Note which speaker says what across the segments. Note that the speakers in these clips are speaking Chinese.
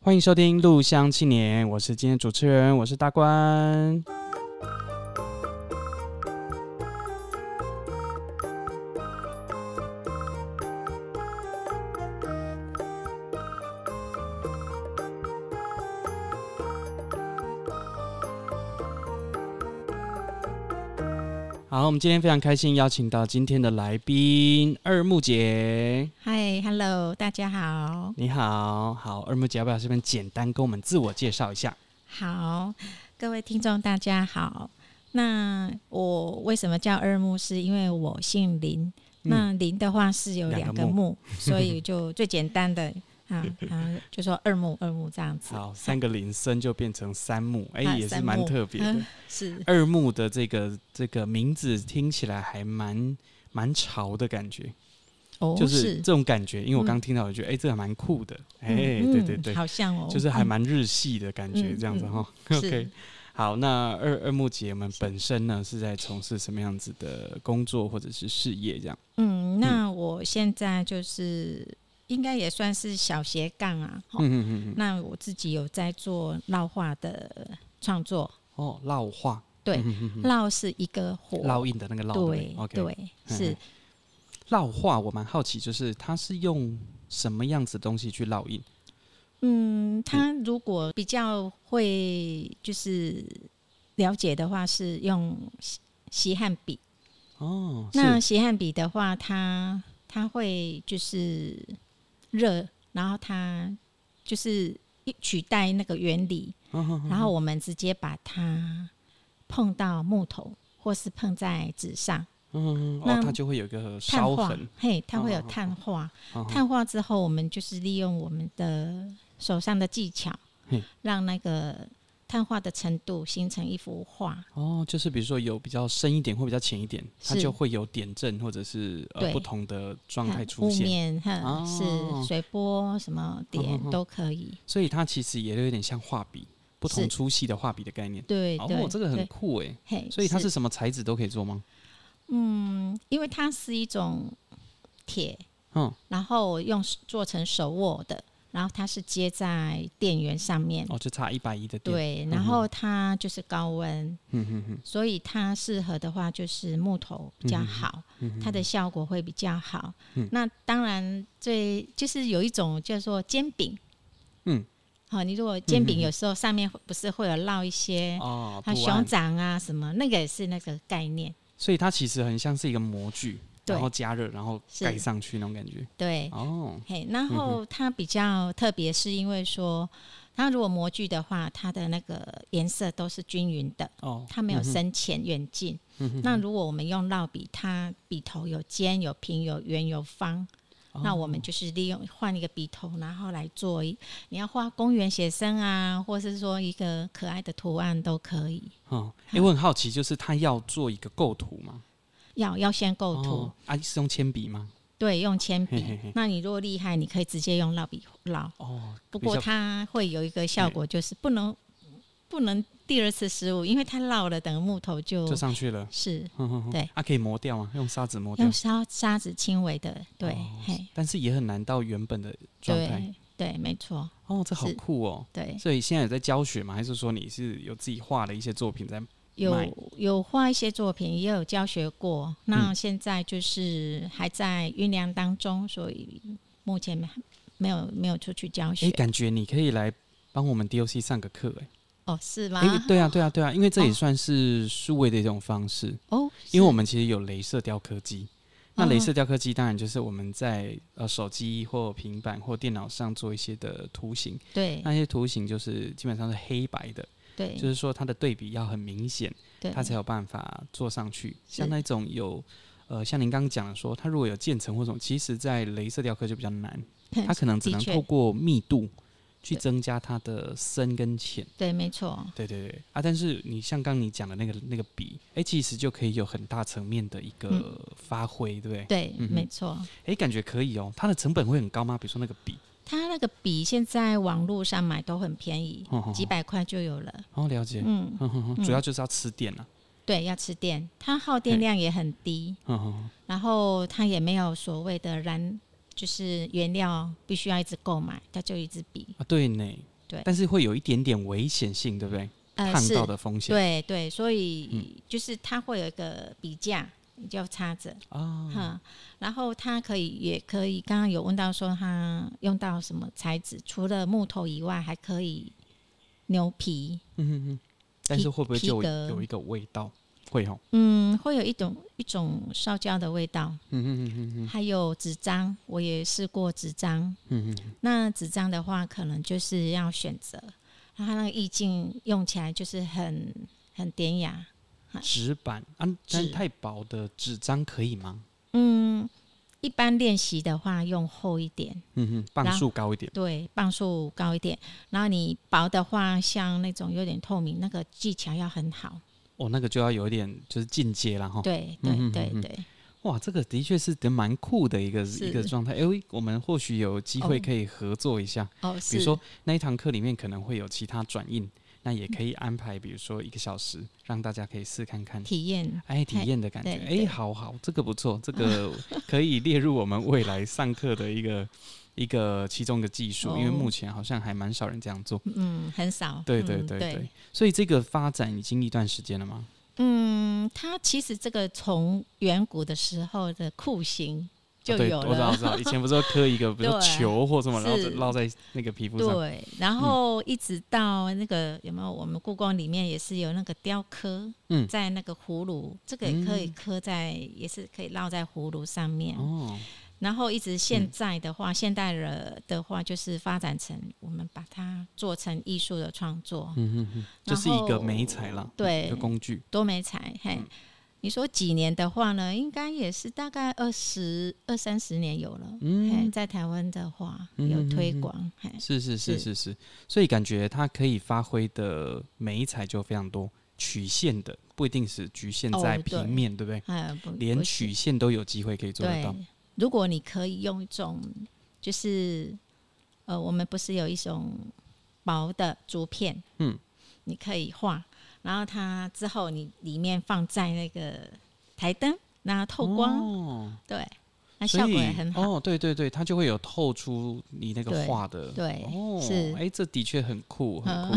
Speaker 1: 欢迎收听《路乡青年》，我是今天主持人，我是大关。好，我们今天非常开心邀请到今天的来宾二木姐，
Speaker 2: 嗨，Hello，大家好，
Speaker 1: 你好，好，二木姐要不要这边简单跟我们自我介绍一下？
Speaker 2: 好，各位听众大家好。那我为什么叫二木？是因为我姓林。那林的话是有两个
Speaker 1: 嗯两个
Speaker 2: 木， 所以就最简单的啊啊，就说二木二木这样子。
Speaker 1: 好，三个铃声就变成三 木，哎、
Speaker 2: 啊
Speaker 1: 也是
Speaker 2: 三
Speaker 1: 蛮
Speaker 2: 木
Speaker 1: 特别的
Speaker 2: 嗯。是
Speaker 1: 二木的这个这个名字听起来还蛮蛮潮的感觉，
Speaker 2: 哦，
Speaker 1: 就是这种感觉。因为我
Speaker 2: 嗯
Speaker 1: 刚听到，我觉得哎、这个蛮酷的，哎、
Speaker 2: 嗯
Speaker 1: 对对
Speaker 2: 嗯
Speaker 1: 对，
Speaker 2: 好像哦，
Speaker 1: 就是还
Speaker 2: 嗯
Speaker 1: 蛮日系的感觉，
Speaker 2: 嗯
Speaker 1: 这样子
Speaker 2: 嗯
Speaker 1: 哈。
Speaker 2: 是
Speaker 1: OK，好，那二二木姐们本身呢是在从事什么样子的工作或者是事业？这样，
Speaker 2: 嗯。那我现在就是应该也算是小斜杠啊。吼
Speaker 1: 嗯嗯嗯嗯，
Speaker 2: 那我自己有在做烙画的创作，
Speaker 1: 哦，烙画，
Speaker 2: 对
Speaker 1: 嗯哼哼哼
Speaker 2: 烙是一个火，
Speaker 1: 烙印的那个烙，
Speaker 2: 对
Speaker 1: ，OK，
Speaker 2: 对
Speaker 1: 嗯
Speaker 2: 是
Speaker 1: 烙画，我蛮好奇，就是它是用什么样子的东西去烙印？
Speaker 2: 嗯，他如果比较会就是了解的话，是用吸吸汗笔。
Speaker 1: 哦，是
Speaker 2: 那吸汗笔的话，它它会就是热，然后它就是一取代那个原理，
Speaker 1: 嗯哼哼
Speaker 2: 然后我们直接把它碰到木头或是碰在纸上
Speaker 1: 嗯，哦，
Speaker 2: 那
Speaker 1: 它就会有一个烧
Speaker 2: 碳化
Speaker 1: 痕，，
Speaker 2: 嘿，它会有
Speaker 1: 哦哦哦
Speaker 2: 碳化。
Speaker 1: 哦
Speaker 2: 碳化之后，我们就是利用我们的手上的技巧
Speaker 1: 嘿，
Speaker 2: 让那个碳化的程度形成一幅画。
Speaker 1: 哦，就是比如说有比较深一点或比较浅一点，它
Speaker 2: 是
Speaker 1: 就会有点阵或者是呃
Speaker 2: 对
Speaker 1: 不同的状态
Speaker 2: 看
Speaker 1: 出
Speaker 2: 雾
Speaker 1: 现，
Speaker 2: 面，哈，
Speaker 1: 哦
Speaker 2: 是水波什么
Speaker 1: 嗯
Speaker 2: 点
Speaker 1: 嗯嗯
Speaker 2: 都可以。
Speaker 1: 所以它其实也有点像画笔，不同
Speaker 2: 是
Speaker 1: 粗细的画笔的概念。
Speaker 2: 对对，
Speaker 1: 哦，这个很
Speaker 2: 对
Speaker 1: 酷诶。
Speaker 2: 嘿，
Speaker 1: 所以它是什么材质都可以做吗？
Speaker 2: 嗯，因为它是一种铁，
Speaker 1: 嗯，
Speaker 2: 然后用做成手握的，然后它是接在电源上面。
Speaker 1: 哦，就差一百一的电，
Speaker 2: 对，
Speaker 1: 嗯
Speaker 2: 然
Speaker 1: 哼
Speaker 2: 后它就是高温，
Speaker 1: 嗯哼哼
Speaker 2: 所以它适合的话就是木头比较
Speaker 1: 嗯哼
Speaker 2: 好，
Speaker 1: 嗯哼
Speaker 2: 它的效果会比较好。
Speaker 1: 嗯
Speaker 2: 那当然最就是有一种叫做煎饼，
Speaker 1: 嗯，
Speaker 2: 好、你如果煎
Speaker 1: 嗯
Speaker 2: 饼
Speaker 1: 哼
Speaker 2: 有时候上面会不是会有烙一些
Speaker 1: 哦，
Speaker 2: 它
Speaker 1: 图
Speaker 2: 熊
Speaker 1: 案，
Speaker 2: 掌啊什么，那个也是那个概念。
Speaker 1: 所以它其实很像是一个模具，
Speaker 2: 对
Speaker 1: 然后加热，然后
Speaker 2: 是
Speaker 1: 盖上去那种感觉。
Speaker 2: 对，
Speaker 1: 哦，
Speaker 2: 嘿，然后它比较特别是因为说，它如果模具的话，它的那个颜色都是均匀的，
Speaker 1: 哦，
Speaker 2: 它没有
Speaker 1: 嗯哼
Speaker 2: 深浅远近。
Speaker 1: 嗯哼
Speaker 2: 那如果我们用烙笔，它笔头有尖、有平、有圆、有方，
Speaker 1: 哦
Speaker 2: 那我们就是利用换一个笔头，然后来做一，你要画公园写生啊，或是说一个可爱的图案都可以。
Speaker 1: 哦，因为我很好奇，就是他要做一个构图嘛？
Speaker 2: 要要先构图，
Speaker 1: 哦，啊，是用铅笔吗？
Speaker 2: 对，用铅笔。
Speaker 1: 嘿嘿嘿
Speaker 2: 那你如果厉害，你可以直接用烙笔烙。
Speaker 1: 哦，
Speaker 2: 不
Speaker 1: 比较
Speaker 2: 过它会有一个效果，就是不能不能第二次失误，因为它烙了，等木头就
Speaker 1: 哦就上去了。
Speaker 2: 是
Speaker 1: 哼哼哼
Speaker 2: 对
Speaker 1: 啊，可以磨掉吗？用砂纸磨掉哦
Speaker 2: 用，沙沙子轻微的，对，嘿，
Speaker 1: 但是也很难到原本的状态。
Speaker 2: 对对，没错，
Speaker 1: 哦，这好
Speaker 2: 是
Speaker 1: 酷哦！
Speaker 2: 对。
Speaker 1: 所以现在有在教学吗？还是说你是有自己画的一些作品在？卖
Speaker 2: 有有画一些作品，也有教学过。那
Speaker 1: 嗯
Speaker 2: 现在就是还在酝酿当中，所以目前没没有没有出去教学
Speaker 1: 哎，。感觉你可以来帮我们 DOC 上个课，哎，
Speaker 2: 哦，是吗？
Speaker 1: 哎，对啊，对啊，对啊，因为这也
Speaker 2: 哦
Speaker 1: 算是数位的一种方式。
Speaker 2: 哦，
Speaker 1: 因为我
Speaker 2: 们
Speaker 1: 们其实有镭射雕刻机。那
Speaker 2: 哦
Speaker 1: 镭射雕刻机当然就是我们在呃手机或平板或电脑上做一些的图形，
Speaker 2: 对
Speaker 1: 那些图形就是基本上是黑白的，
Speaker 2: 对
Speaker 1: 就是说它的对比要很明显，
Speaker 2: 对，
Speaker 1: 它才有办法做上去。
Speaker 2: 是
Speaker 1: 像那种有呃像您刚刚讲的说，它如果有渐层或什么，其实在镭射雕刻就比较 难，它可能只能
Speaker 2: 的确
Speaker 1: 透过密度去
Speaker 2: 对
Speaker 1: 增加它的深跟浅。
Speaker 2: 对，没错，
Speaker 1: 对对对啊！但是你像刚你讲的那个那个笔，哎、其实就可以有很大层面的一个发挥，对不对？
Speaker 2: 嗯对，
Speaker 1: 嗯哼
Speaker 2: 没错。
Speaker 1: 哎、感觉可以哦。它的成本会很高吗？比如说那个笔，
Speaker 2: 它那个笔现在网络上买都很便宜，
Speaker 1: 哦哦哦
Speaker 2: 几百块就有了。
Speaker 1: 哦，了解。
Speaker 2: 嗯，
Speaker 1: 哼哼哼，主要就是要吃电啊。
Speaker 2: 对，要吃电，它耗电量也很低，
Speaker 1: 哼哼哼
Speaker 2: 然后它也没有所谓的燃，就是原料必须要一直购买，它就一支笔。
Speaker 1: 啊，对呢。
Speaker 2: 对
Speaker 1: 但是会有一点点危险性，对不对？
Speaker 2: 呃，
Speaker 1: 烫
Speaker 2: 是
Speaker 1: 到的风险
Speaker 2: 对对，所以就是它会有一个比价，你就插着，
Speaker 1: 啊，
Speaker 2: 哈、然后它可以也可以，刚刚有问到说它用到什么材质，除了木头以外，还可以牛皮，
Speaker 1: 嗯哼哼，但是会不会
Speaker 2: 皮
Speaker 1: 就
Speaker 2: 革
Speaker 1: 有一个味道？会哦，
Speaker 2: 嗯，会有一种一种烧焦的味道，
Speaker 1: 嗯哼哼哼哼
Speaker 2: 还有纸张，我也试过纸张，
Speaker 1: 嗯哼
Speaker 2: 那纸张的话，可能就是要选择，然后它那个意境用起来就是很很典雅，
Speaker 1: 哼，纸板啊，但
Speaker 2: 嗯纸
Speaker 1: 太薄的纸张可以吗？
Speaker 2: 嗯。一般练习的话，用厚一点，
Speaker 1: 嗯哼，磅
Speaker 2: 然后
Speaker 1: 数高一点，
Speaker 2: 对，磅数高一点。然后你薄的话，像那种有点透明，那个技巧要很好。
Speaker 1: 哦，那个就要有一点就是进阶了哈。
Speaker 2: 对
Speaker 1: 嗯
Speaker 2: 对
Speaker 1: 哼
Speaker 2: 对
Speaker 1: 嗯哼
Speaker 2: 对，
Speaker 1: 哇，这个的确是得蛮酷的一个
Speaker 2: 是
Speaker 1: 一个状态。哎、喂我们或许有机会
Speaker 2: 哦
Speaker 1: 可以合作一下，
Speaker 2: 哦，
Speaker 1: 比
Speaker 2: 是
Speaker 1: 如说那一堂课里面可能会有其他转印，那
Speaker 2: 嗯
Speaker 1: 也可以安排，比如说一个小时，让大家可以试看看。
Speaker 2: 体验。
Speaker 1: 哎，体验的感觉，
Speaker 2: 对
Speaker 1: 哎，
Speaker 2: 对
Speaker 1: 好好，这个不错，这 个可以列入我们未来上课的一个一个其中的技术，因为
Speaker 2: 哦
Speaker 1: 目前好像还蛮少人这样做。
Speaker 2: 嗯，很少。
Speaker 1: 对对
Speaker 2: 嗯
Speaker 1: 对对，
Speaker 2: 对。
Speaker 1: 所以这个发展已经一段时间了吗？
Speaker 2: 嗯，它其实这个从远古的时候的酷刑就
Speaker 1: 啊对
Speaker 2: 有
Speaker 1: 我知道，我
Speaker 2: 了，
Speaker 1: 知道，以前不是要刻一 个，比如说
Speaker 2: 对
Speaker 1: 球或什么，然后
Speaker 2: 是
Speaker 1: 烙在那个皮肤上。
Speaker 2: 对。然后一直到那个有没有？我们故宫里面也是有那个雕刻，
Speaker 1: 嗯
Speaker 2: 在那个葫芦，这个也可以
Speaker 1: 嗯
Speaker 2: 刻在，也是可以烙在葫芦上面。
Speaker 1: 哦，嗯
Speaker 2: 然后一直现在的话，现代人的话就是发展成我们把它做成艺术的创作，
Speaker 1: 嗯嗯嗯，就是一个
Speaker 2: 然后
Speaker 1: 媒材啦，
Speaker 2: 对
Speaker 1: 一个工具。
Speaker 2: 多美彩。嘿，
Speaker 1: 嗯
Speaker 2: 你说几年的话呢？应该也是大概二十二三十年有了。嘿，
Speaker 1: 嗯，
Speaker 2: 在台湾的话
Speaker 1: 嗯
Speaker 2: 有推广，嘿，
Speaker 1: 是是是是
Speaker 2: 是
Speaker 1: 是，所以感觉它可以发挥的媒材就非常多，曲线的不一定是局限
Speaker 2: 哦
Speaker 1: 在
Speaker 2: 对
Speaker 1: 平面，对不对？
Speaker 2: 哎，不
Speaker 1: 连
Speaker 2: 不是
Speaker 1: 曲线都有机会可以做得
Speaker 2: 对
Speaker 1: 到。，
Speaker 2: 如果你可以用一种，就是呃，我们不是有一种薄的竹片，
Speaker 1: 嗯，
Speaker 2: 你可以画，然后它之后你里面放在那个台灯，那透光，
Speaker 1: 哦，
Speaker 2: 对，那
Speaker 1: 所
Speaker 2: 效果
Speaker 1: 以
Speaker 2: 也很好，
Speaker 1: 哦，对对对，它就会有透出你那个
Speaker 2: 对
Speaker 1: 画的。
Speaker 2: 对，
Speaker 1: 哦，
Speaker 2: 是嗯
Speaker 1: 哎，这的确很酷，很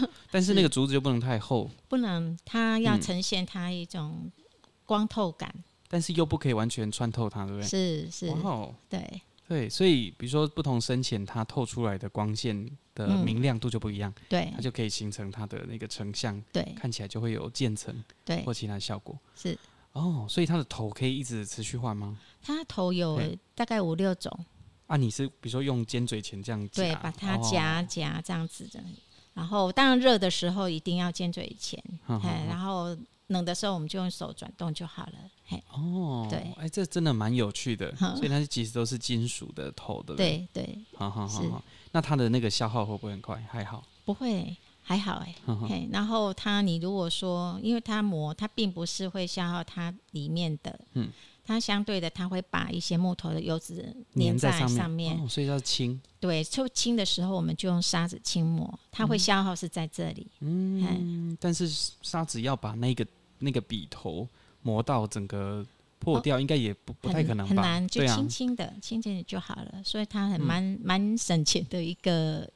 Speaker 1: 酷。 但是那个竹子就不能太厚，
Speaker 2: 不能它要
Speaker 1: 嗯
Speaker 2: 呈现它一种光透感，
Speaker 1: 但是又不可以完全穿透它，对不对？
Speaker 2: 是是，
Speaker 1: 哇哦，
Speaker 2: 对，
Speaker 1: 对，所以比如说不同深浅，它透出来的光线的
Speaker 2: 嗯
Speaker 1: 明亮度就不一样，
Speaker 2: 对
Speaker 1: 它，就可以形成它的那个成像，
Speaker 2: 对，
Speaker 1: 看起来就会有渐层
Speaker 2: 对
Speaker 1: 或，其他效果。
Speaker 2: 是
Speaker 1: 哦，所以它的头可以一直持续换吗？
Speaker 2: 它头有
Speaker 1: 嘿
Speaker 2: 大概五六种。
Speaker 1: 啊，你是比如说用尖嘴钳这样夹，
Speaker 2: 对，把它
Speaker 1: 哦
Speaker 2: 夹夹这样子的。然后当然热的时候一定要尖嘴以前，
Speaker 1: 嗯哼哼
Speaker 2: 哎，然后冷的时候我们就用手转动就好了。嘿，
Speaker 1: 哦，
Speaker 2: 对
Speaker 1: 哎，这真的蛮有趣的。
Speaker 2: 哼
Speaker 1: 所以它其实都是金属的头，对不对？
Speaker 2: 对对，
Speaker 1: 好好好
Speaker 2: 是
Speaker 1: 好，那它的那个消耗会不会很快？还好，
Speaker 2: 不会还好哎、
Speaker 1: 哼哼
Speaker 2: 嘿，然后它你如果说，因为它磨它并不是会消耗它里面的，
Speaker 1: 嗯，
Speaker 2: 它相对的它会把一些木头的油脂
Speaker 1: 粘
Speaker 2: 粘
Speaker 1: 在
Speaker 2: 上
Speaker 1: 面，哦，所以要轻。
Speaker 2: 对，就清的时候我们就用砂纸轻磨，它会消耗是在这里。
Speaker 1: 嗯，但是砂纸要把那个那个笔头磨到整个破掉，应该也不不
Speaker 2: 很
Speaker 1: 太可能吧？
Speaker 2: 哦很难，就
Speaker 1: 对啊
Speaker 2: 轻，轻的、轻轻的就好了。所以它很
Speaker 1: 嗯
Speaker 2: 蛮蛮省钱的一个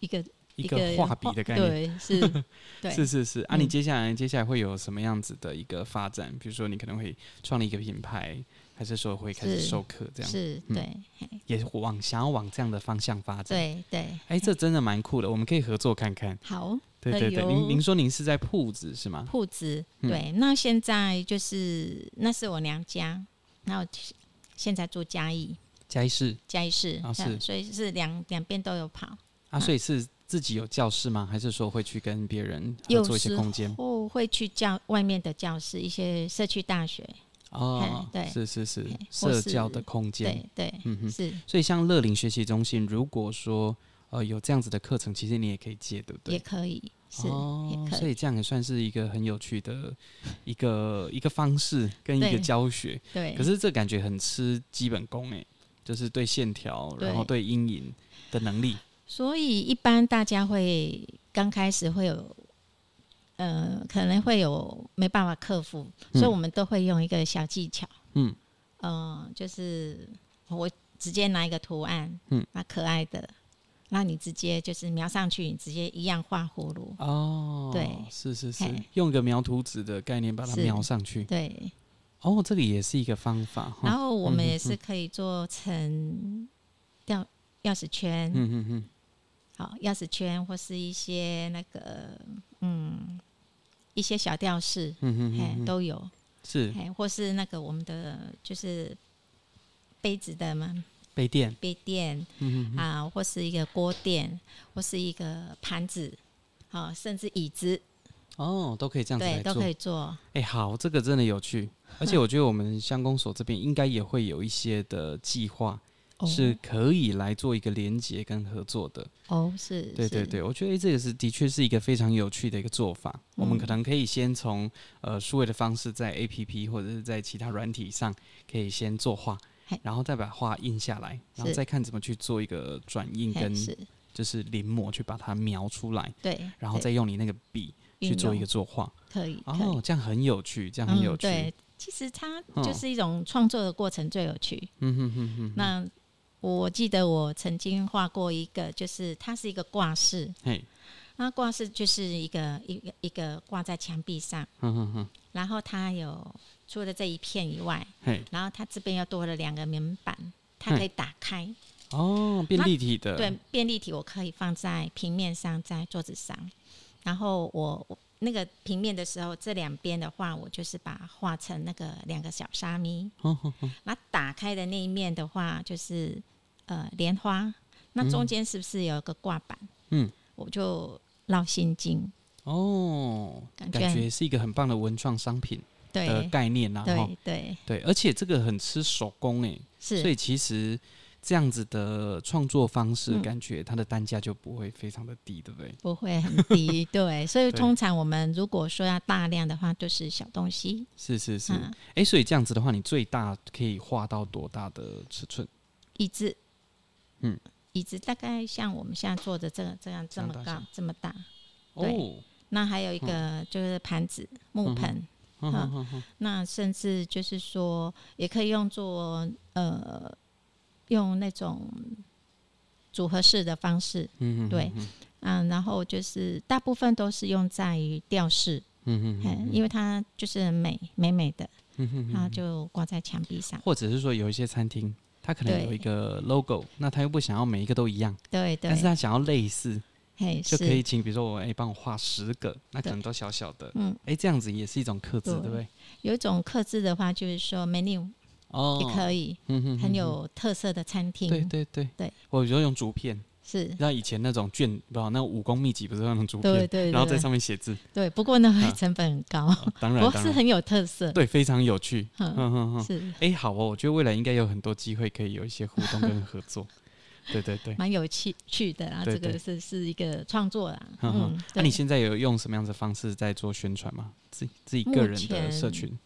Speaker 2: 一个
Speaker 1: 一个画笔的概念。
Speaker 2: 对， 是，对，
Speaker 1: 是是是，啊，你
Speaker 2: 嗯
Speaker 1: 接下来、接下来会有什么样子的一个发展？比如说，你可能会创立一个品牌，还是说会开始
Speaker 2: 是
Speaker 1: 授课，这样
Speaker 2: 是，
Speaker 1: 嗯
Speaker 2: 对，嘿
Speaker 1: 也往想要往这样的方向发展。，
Speaker 2: 对对，
Speaker 1: 哎、这真的蛮酷的，我们可以合作看看。
Speaker 2: 好，
Speaker 1: 对
Speaker 2: 哎
Speaker 1: 对对，
Speaker 2: 呦
Speaker 1: 您您说您是在铺子是吗？
Speaker 2: 铺子，
Speaker 1: 嗯
Speaker 2: 对，那现在就是那是我娘家，那我现在住嘉义，
Speaker 1: 嘉义市
Speaker 2: 嘉义市
Speaker 1: 啊，
Speaker 2: 这样
Speaker 1: 是
Speaker 2: 所以是两两边都有跑。
Speaker 1: 啊，所以是自己有教室吗？还是说会去跟别人合
Speaker 2: 有
Speaker 1: 作一些
Speaker 2: 时
Speaker 1: 空间？
Speaker 2: 我会去教外面的教室，一些社区大学，
Speaker 1: 哦
Speaker 2: 嘿，对
Speaker 1: 是是是，
Speaker 2: 嘿或
Speaker 1: 社交的
Speaker 2: 是
Speaker 1: 空间。
Speaker 2: 对对，
Speaker 1: 嗯哼，
Speaker 2: 是
Speaker 1: 所以像乐龄学习中心，如果说呃有这样子的课程，其实你也可以借，对不
Speaker 2: 也
Speaker 1: 对？
Speaker 2: 可以，是
Speaker 1: 哦
Speaker 2: 也，可
Speaker 1: 所
Speaker 2: 以，
Speaker 1: 以这样也算是一个很有趣的一个一个方式跟一个
Speaker 2: 对
Speaker 1: 教学。
Speaker 2: 对。
Speaker 1: 可是这感觉很吃基本功诶，就是对线条，然后对阴影的能力。
Speaker 2: 所以一般大家会刚开始会有，呃，可能会有没办法克服，
Speaker 1: 嗯
Speaker 2: 所以我们都会用一个小技巧，呃
Speaker 1: 嗯，
Speaker 2: 嗯、就是我直接拿一个图案，
Speaker 1: 嗯，
Speaker 2: 那可爱的，那你直接就是描上去，你直接一样画葫芦。
Speaker 1: 哦，
Speaker 2: 对
Speaker 1: 是是是
Speaker 2: 嘿，
Speaker 1: 用个描图纸的概念把它
Speaker 2: 是
Speaker 1: 描上去。
Speaker 2: 对，
Speaker 1: 哦，这个也是一个方法。哈
Speaker 2: 然后我们
Speaker 1: 嗯
Speaker 2: 也是可以做成吊钥匙圈，
Speaker 1: 嗯嗯嗯，
Speaker 2: 好钥匙圈或是一些那个嗯一些小吊饰，
Speaker 1: 嗯嗯
Speaker 2: 哎、
Speaker 1: 嗯嗯，
Speaker 2: 都有，
Speaker 1: 是
Speaker 2: 哎或是那个我们的就是杯子的嘛
Speaker 1: 杯垫。
Speaker 2: 杯垫
Speaker 1: 嗯嗯嗯，
Speaker 2: 啊，或是一个锅垫，或是一个盘子。好，甚至椅子，
Speaker 1: 哦，都可以这样子
Speaker 2: 对，
Speaker 1: 来
Speaker 2: 都
Speaker 1: 做
Speaker 2: 可。以嗯做。
Speaker 1: 哎、好，这个真的有趣，而且我觉得我们乡公所这边应该也会有一些的计划，是可以来做一个连接跟合作的。
Speaker 2: 哦，是，
Speaker 1: 对对
Speaker 2: 是，
Speaker 1: 对，我觉得、诶这个是的确是一个非常有趣的一个做法。我
Speaker 2: 嗯
Speaker 1: 们可能可以先从呃数位的方式，在 A P P 或者是在其他软体上可以先作画
Speaker 2: 嘿，
Speaker 1: 然后再把画印下来，然后
Speaker 2: 是
Speaker 1: 再看怎么去做一个转印
Speaker 2: 嘿
Speaker 1: 跟
Speaker 2: 是，
Speaker 1: 就是临摹去把它描出来，
Speaker 2: 对，
Speaker 1: 然后
Speaker 2: 对
Speaker 1: 再用你那个笔去
Speaker 2: 运
Speaker 1: 做一
Speaker 2: 用
Speaker 1: 个作画。
Speaker 2: 可以，可以
Speaker 1: 哦，这样很有趣，这样很有
Speaker 2: 嗯。
Speaker 1: 趣。
Speaker 2: 对，其实它
Speaker 1: 哦
Speaker 2: 就是一种创作的过程最有趣。
Speaker 1: 嗯哼哼哼，
Speaker 2: 那我记得我曾经画过一个，就是它是一个挂饰，
Speaker 1: 嘿，
Speaker 2: 那挂饰就是一个一个一个挂在墙壁上，
Speaker 1: 哼哼哼，
Speaker 2: 然后它有除了这一片以外，
Speaker 1: 嘿，
Speaker 2: 然后它这边又多了两个棉板，它
Speaker 1: 嗯
Speaker 2: 可以打开，
Speaker 1: 哦，变
Speaker 2: 那
Speaker 1: 立体的，
Speaker 2: 对，便利体我可以放在平面上，在桌子上，然后我。我那个平面的时候，这两边的话，我就是把它画成那个两个小沙弥，
Speaker 1: 哦，哦哦
Speaker 2: 那打开的那一面的话，就是呃莲花，那中间是不是有一个挂板？
Speaker 1: 嗯，
Speaker 2: 我就绕心经，
Speaker 1: 哦，
Speaker 2: 感觉
Speaker 1: 感觉是一个很棒的文创商品的
Speaker 2: 对
Speaker 1: 概念啦、啊，
Speaker 2: 对对
Speaker 1: 对，而且这个很吃手工诶、所
Speaker 2: 是，
Speaker 1: 以其实这样子的创作方式，
Speaker 2: 嗯
Speaker 1: 感觉它的单价就不会非常的低，对不对？
Speaker 2: 不会很 低，对，所以
Speaker 1: 对
Speaker 2: 通常我们如果说要大量的话，就是小东西，
Speaker 1: 是是是，哎、
Speaker 2: 嗯，
Speaker 1: 所以这样子的话，你最大可以画到多大的尺寸？
Speaker 2: 椅子，
Speaker 1: 嗯，
Speaker 2: 椅子大概像我们现在坐的这个这样这么
Speaker 1: 这样大
Speaker 2: 高
Speaker 1: 小
Speaker 2: 这么大，对
Speaker 1: 哦，
Speaker 2: 那还有一个就是盘子木
Speaker 1: 嗯哼
Speaker 2: 盆，
Speaker 1: 哼哼哼哼
Speaker 2: 那甚至就是说，也可以用作呃，用那种组合式的方式，
Speaker 1: 嗯嗯，
Speaker 2: 对
Speaker 1: 嗯
Speaker 2: 嗯，然后就是大部分都是用在于吊饰，
Speaker 1: 嗯嗯
Speaker 2: 嗯，因为它就是美美美的，
Speaker 1: 嗯嗯
Speaker 2: 然后就挂在墙壁上，
Speaker 1: 或者是说有一些餐厅，它可能
Speaker 2: 对
Speaker 1: 有一个 logo，那他又不想要每一个都一样，
Speaker 2: 对
Speaker 1: 但
Speaker 2: 对
Speaker 1: 是，他想要类似，
Speaker 2: 嘿
Speaker 1: 就可以
Speaker 2: 是，
Speaker 1: 请，比如说我哎帮我画十个，那可能都小小的，
Speaker 2: 嗯，
Speaker 1: 哎这样子也是一种克制，
Speaker 2: 对
Speaker 1: 对不对？
Speaker 2: 有一种克制的话，就是说 menu
Speaker 1: 哦
Speaker 2: 也可以，
Speaker 1: 嗯哼
Speaker 2: 很
Speaker 1: 哼
Speaker 2: 有特色的餐厅，
Speaker 1: 对对对
Speaker 2: 对，
Speaker 1: 我就用竹片，
Speaker 2: 是，
Speaker 1: 像以前那种卷，不知道那武功秘籍不是那种竹
Speaker 2: 对
Speaker 1: 片，
Speaker 2: 对对
Speaker 1: 然后在上面写字，
Speaker 2: 对，不过那会
Speaker 1: 啊
Speaker 2: 成本很高，
Speaker 1: 哦当
Speaker 2: 不
Speaker 1: 然
Speaker 2: 过
Speaker 1: 当
Speaker 2: 是
Speaker 1: 然，
Speaker 2: 很有特色，
Speaker 1: 对，非常有趣，
Speaker 2: 嗯
Speaker 1: 嗯哼哼，
Speaker 2: 是
Speaker 1: 哎好哦，我觉得未来应该有很多机会可以有一些互动跟合 作，对对对。
Speaker 2: 蛮有趣趣的啊，
Speaker 1: 对
Speaker 2: 这个
Speaker 1: 对
Speaker 2: 是是一个创作啦。
Speaker 1: 嗯哼
Speaker 2: 嗯，
Speaker 1: 那、
Speaker 2: 对，
Speaker 1: 你现在有用什么样的方式在做宣传吗？自己自己
Speaker 2: 目
Speaker 1: 个人的
Speaker 2: 前
Speaker 1: 社群？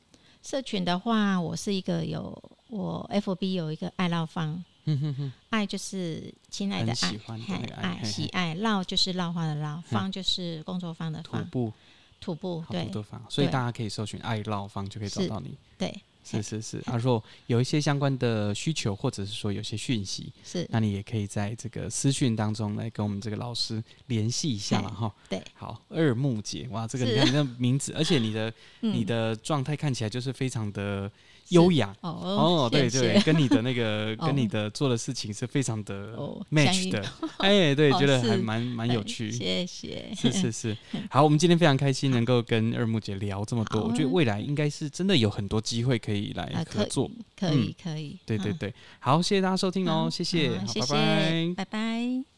Speaker 2: 社群的话，我是一个有我 FB 有一个爱绕方，
Speaker 1: 嗯哼哼，
Speaker 2: 爱就是亲爱的
Speaker 1: 很
Speaker 2: 爱，
Speaker 1: 喜欢的
Speaker 2: 嘿
Speaker 1: 那个爱嘿
Speaker 2: 爱
Speaker 1: 嘿
Speaker 2: 喜爱，绕就是绕花的绕，方就是工作坊的
Speaker 1: 徒
Speaker 2: 方，
Speaker 1: 步
Speaker 2: 徒步
Speaker 1: 好
Speaker 2: 对
Speaker 1: 步多方，所以
Speaker 2: 对
Speaker 1: 大家可以搜寻爱绕方就可以找
Speaker 2: 是
Speaker 1: 到你。
Speaker 2: 对
Speaker 1: 是是是，啊，如果有一些相关的需求，或者是说有些讯息，
Speaker 2: 是
Speaker 1: 那你也可以在这个私讯当中来跟我们这个老师联系一下了
Speaker 2: 嘿
Speaker 1: 哈。
Speaker 2: 对，
Speaker 1: 好，二木姐，哇，这个你
Speaker 2: 是
Speaker 1: 看你的名字，而且你 的你
Speaker 2: 嗯
Speaker 1: 的状态看起来就是非常的优雅，
Speaker 2: 哦
Speaker 1: 哦，对
Speaker 2: 谢
Speaker 1: 对，
Speaker 2: 谢
Speaker 1: 跟你的那个
Speaker 2: 哦
Speaker 1: 跟你的做的事情是非常的
Speaker 2: 哦
Speaker 1: match
Speaker 2: 相
Speaker 1: 的，哎，对，
Speaker 2: 哦
Speaker 1: 觉得还
Speaker 2: 是
Speaker 1: 蛮蛮有趣。
Speaker 2: 谢谢，
Speaker 1: 是是是， 好，我们今天非常开心能够跟二木姐聊这么多，
Speaker 2: 好
Speaker 1: 我觉得未来应该是真的有很多机会可以来
Speaker 2: 啊
Speaker 1: 合
Speaker 2: 可
Speaker 1: 作。
Speaker 2: 可以可以，
Speaker 1: 对对
Speaker 2: 嗯，
Speaker 1: 对，好，谢谢大家收听哦，
Speaker 2: 好
Speaker 1: 谢谢，
Speaker 2: 好
Speaker 1: 好
Speaker 2: 谢
Speaker 1: 拜拜
Speaker 2: 谢，拜拜。